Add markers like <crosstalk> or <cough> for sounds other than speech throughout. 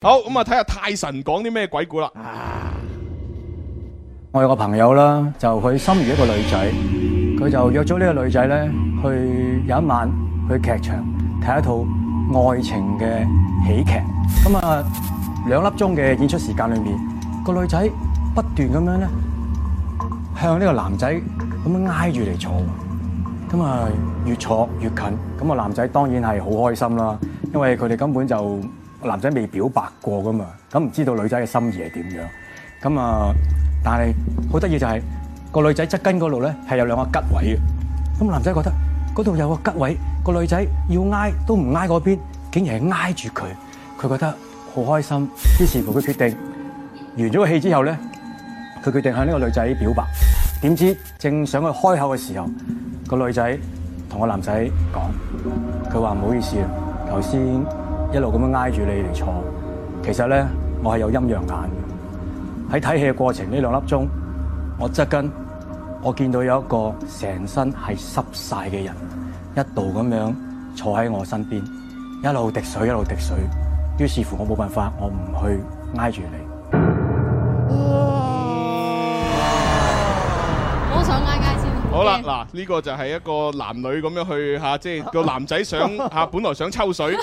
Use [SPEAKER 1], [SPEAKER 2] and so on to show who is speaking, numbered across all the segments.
[SPEAKER 1] 好咁啊，睇下泰神講啲咩鬼故啦。
[SPEAKER 2] 我有個朋友啦，就佢心儀一個女仔，佢就約咗呢個女仔咧去有一晚去劇場睇一套愛情嘅喜劇。咁啊，兩粒鐘嘅演出時間裏面，個女仔不斷咁樣咧向呢個男仔咁樣挨住嚟坐。咁啊，越坐越近，咁啊男仔當然係好開心啦，因為佢哋根本就男仔未表白過噶嘛，咁唔知道女仔嘅心意係點樣。咁啊，但係好得意就係、個女仔側跟嗰度咧係有兩個吉位嘅，咁男仔覺得嗰度有個吉位，個女仔要挨都唔挨嗰邊，竟然係挨住佢，佢覺得好開心，於是乎佢決定完咗個戲之後咧。佢決定向呢個女仔表白。點知正想佢開口嘅時候，個女仔同個男仔講：佢話唔好意思啊，頭先一路咁樣挨住你嚟坐，其實咧我係有陰陽眼嘅。喺睇戲嘅過程呢兩粒鐘，我側跟我見到有一個成身係濕晒嘅人，一度咁樣坐喺我身邊，一路滴水一路滴水。於是乎我冇辦法，我唔去挨住你。
[SPEAKER 3] 我想嗌嗌先。
[SPEAKER 1] 好啦，
[SPEAKER 3] 驚，
[SPEAKER 1] 嗱呢個就係一個男女咁樣去吓，即係個男仔想吓，本來想抽水，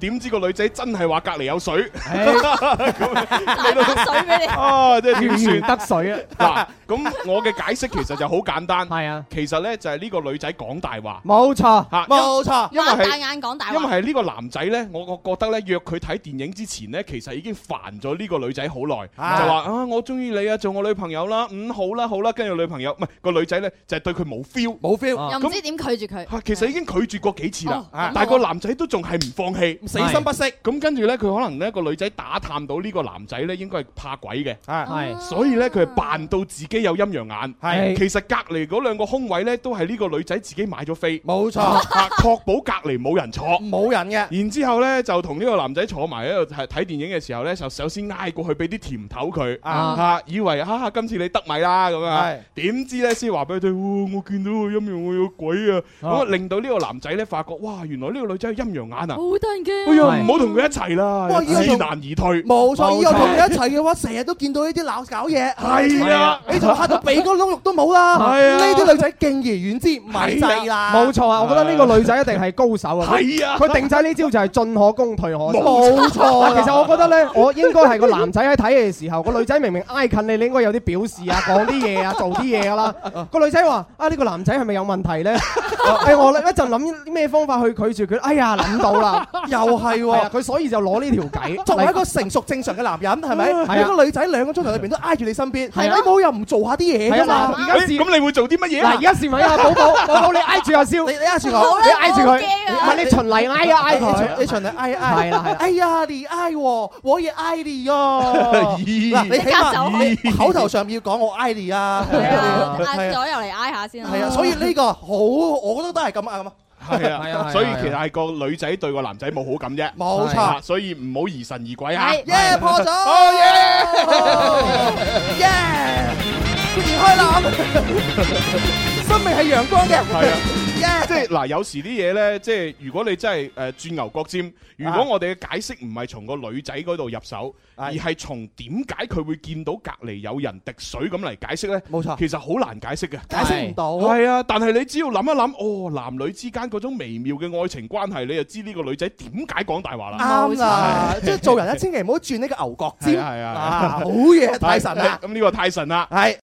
[SPEAKER 1] 點知個女仔真係話隔離有水，
[SPEAKER 3] 大把 <laughs> 水俾你。
[SPEAKER 1] <laughs> 啊即係點
[SPEAKER 4] <laughs>
[SPEAKER 1] 算？
[SPEAKER 5] 得水啊！
[SPEAKER 1] 嗱，咁我嘅解釋其實就好簡單，
[SPEAKER 5] 係啊，
[SPEAKER 1] 其實呢，就係呢個女仔講大話
[SPEAKER 5] 冇錯，
[SPEAKER 1] 嚇
[SPEAKER 5] 冇錯，
[SPEAKER 1] 因為
[SPEAKER 3] 擘
[SPEAKER 1] 係
[SPEAKER 3] 大眼講大
[SPEAKER 1] 因為
[SPEAKER 3] 話，
[SPEAKER 1] 係呢個男仔呢，我我覺得呢，約佢睇電影之前呢，其實已經煩咗呢個女仔好耐，
[SPEAKER 5] 啊
[SPEAKER 1] 就話啊我中意你啊，做我女朋友啦，嗯好啦好啦，跟住女朋友唔係個女仔呢，就係對佢冇 feel，
[SPEAKER 5] 冇 feel，
[SPEAKER 3] 又唔知點拒絕佢。
[SPEAKER 1] 嚇其實已經拒絕過幾次啦
[SPEAKER 3] 哦，咁
[SPEAKER 1] 但係
[SPEAKER 3] 好
[SPEAKER 1] 個
[SPEAKER 3] 啊
[SPEAKER 1] 男仔都仲係唔放棄。
[SPEAKER 5] 死心不息，
[SPEAKER 1] 咁跟住呢，佢可能呢個女仔打探到呢個男仔呢應該係怕鬼嘅，
[SPEAKER 3] 係
[SPEAKER 1] 所以呢，佢係扮啊到自己有陰陽眼。
[SPEAKER 5] 係
[SPEAKER 1] 其實隔離嗰兩個空位呢，都係呢個女仔自己買咗飛，
[SPEAKER 5] 冇錯，
[SPEAKER 1] 啊確保隔離冇人坐。
[SPEAKER 5] 冇人嘅，
[SPEAKER 1] 然之後呢，就同呢個男仔坐埋喺度睇睇電影嘅時候呢，就首先挨過去俾啲甜頭佢，
[SPEAKER 5] 啊
[SPEAKER 1] 嚇以為啊今次你得米啦咁啊
[SPEAKER 5] 係，
[SPEAKER 1] 點知呢？先話俾佢聽，哦我見到個陰陽我有鬼啊！咁啊令到呢個男仔呢，發覺，哇原來呢個女仔有陰陽眼啊！
[SPEAKER 3] 好得人
[SPEAKER 1] 哎呀，唔
[SPEAKER 3] 驚。
[SPEAKER 1] 好同佢一齊啦，
[SPEAKER 4] 哇以後
[SPEAKER 1] 知
[SPEAKER 4] 同
[SPEAKER 1] 難而退。
[SPEAKER 4] 冇錯，以後同你一齊嘅話，成日都見到呢啲鬧搞嘢，
[SPEAKER 1] 係啊，
[SPEAKER 4] 你就嚇到鼻哥窿肉都冇啦。
[SPEAKER 1] 係啊
[SPEAKER 4] 呢啲女仔敬而遠之，咪制啦。
[SPEAKER 5] 冇錯啊！我覺得呢個女仔一定係高手啊！
[SPEAKER 1] 係啊，
[SPEAKER 5] 佢定仔呢招就係進可攻退可守。
[SPEAKER 4] 冇錯啊
[SPEAKER 5] 嗱，
[SPEAKER 4] 啦。
[SPEAKER 5] 其實我覺得咧，我應該係個男仔喺睇嘅時候，個女仔明明挨近你，你應該有啲表示啊，講啲嘢啊，做啲嘢噶啦。個女仔話：啊，呢個男仔係咪有問題咧？誒，我一陣諗咩方法去拒絕佢。哎呀，諗到啦，
[SPEAKER 4] 又係
[SPEAKER 5] 係啊
[SPEAKER 4] 喎。
[SPEAKER 5] 佢所以就攞呢條
[SPEAKER 4] <laughs>
[SPEAKER 5] 計。
[SPEAKER 4] 作為一個成熟正常嘅男人，係咪？
[SPEAKER 5] 啊
[SPEAKER 4] 一個女仔兩個鐘頭裏邊都挨住你身邊，
[SPEAKER 5] 係
[SPEAKER 4] 你
[SPEAKER 5] 啊
[SPEAKER 4] 冇又唔做下啲嘢㗎
[SPEAKER 5] 係
[SPEAKER 4] 嘛
[SPEAKER 5] 啊，？嗱，而家
[SPEAKER 1] 誒
[SPEAKER 5] 試
[SPEAKER 1] 咁你會做啲乜嘢
[SPEAKER 5] 嗱，
[SPEAKER 1] 啊 <laughs>
[SPEAKER 5] 而？家試問一下寶寶，寶寶你挨住阿蕭，
[SPEAKER 4] 你
[SPEAKER 5] 你
[SPEAKER 4] 你挨住
[SPEAKER 3] 好
[SPEAKER 4] 我，
[SPEAKER 3] 啦
[SPEAKER 5] 挨住
[SPEAKER 3] 我
[SPEAKER 5] 佢，
[SPEAKER 3] 好驚
[SPEAKER 5] 唔
[SPEAKER 3] 啊
[SPEAKER 5] 係你循例挨啊挨
[SPEAKER 4] 你
[SPEAKER 5] 佢。
[SPEAKER 4] 循例挨一
[SPEAKER 5] 係啦係
[SPEAKER 4] 挨
[SPEAKER 5] 啦。
[SPEAKER 4] 哎呀，你挨我，我也挨你哦。
[SPEAKER 1] 咦
[SPEAKER 4] 嗱，你起
[SPEAKER 3] 夾手
[SPEAKER 4] 碼你口頭上要講我挨你啊。
[SPEAKER 3] 係啊，嗌
[SPEAKER 4] 係啊
[SPEAKER 3] 左右嚟挨下先啦。
[SPEAKER 4] 係啊，所以呢個好，我覺得都係咁啊咁啊，
[SPEAKER 1] 係
[SPEAKER 5] 係啊係
[SPEAKER 1] 啊，
[SPEAKER 5] 啊
[SPEAKER 1] 所以其實係個女仔對個男仔冇好感啫。
[SPEAKER 4] 冇
[SPEAKER 5] 係
[SPEAKER 4] 錯
[SPEAKER 1] 啊，。所以唔好疑神疑鬼啊！
[SPEAKER 3] 係
[SPEAKER 4] 耶破咗！哦 <laughs> 耶！耶！豁然開朗，生命係陽光嘅。
[SPEAKER 1] 係啊，即
[SPEAKER 4] 耶！
[SPEAKER 1] 係嗱，有時啲嘢呢，即係如果你真係誒轉牛角尖，如
[SPEAKER 4] 啊
[SPEAKER 1] 果我哋嘅解釋唔係從個女仔嗰度入手，而係從點解佢會見到隔離有人滴水咁嚟解釋呢，
[SPEAKER 4] 冇錯，
[SPEAKER 1] 其實好難解釋嘅。
[SPEAKER 4] 啊解釋唔到。
[SPEAKER 1] 係啊，但係你只要諗一諗，哦，男女之間嗰種微妙嘅愛情關係，你就知呢個女仔點解講大話啦。
[SPEAKER 4] 啱啦，即係做人咧，千祈唔好轉呢個牛角
[SPEAKER 1] 係
[SPEAKER 4] 尖。
[SPEAKER 1] 啊係啊係啊
[SPEAKER 4] 啊，好嘢，太神啦！
[SPEAKER 1] 咁呢個太神啦。
[SPEAKER 4] 係。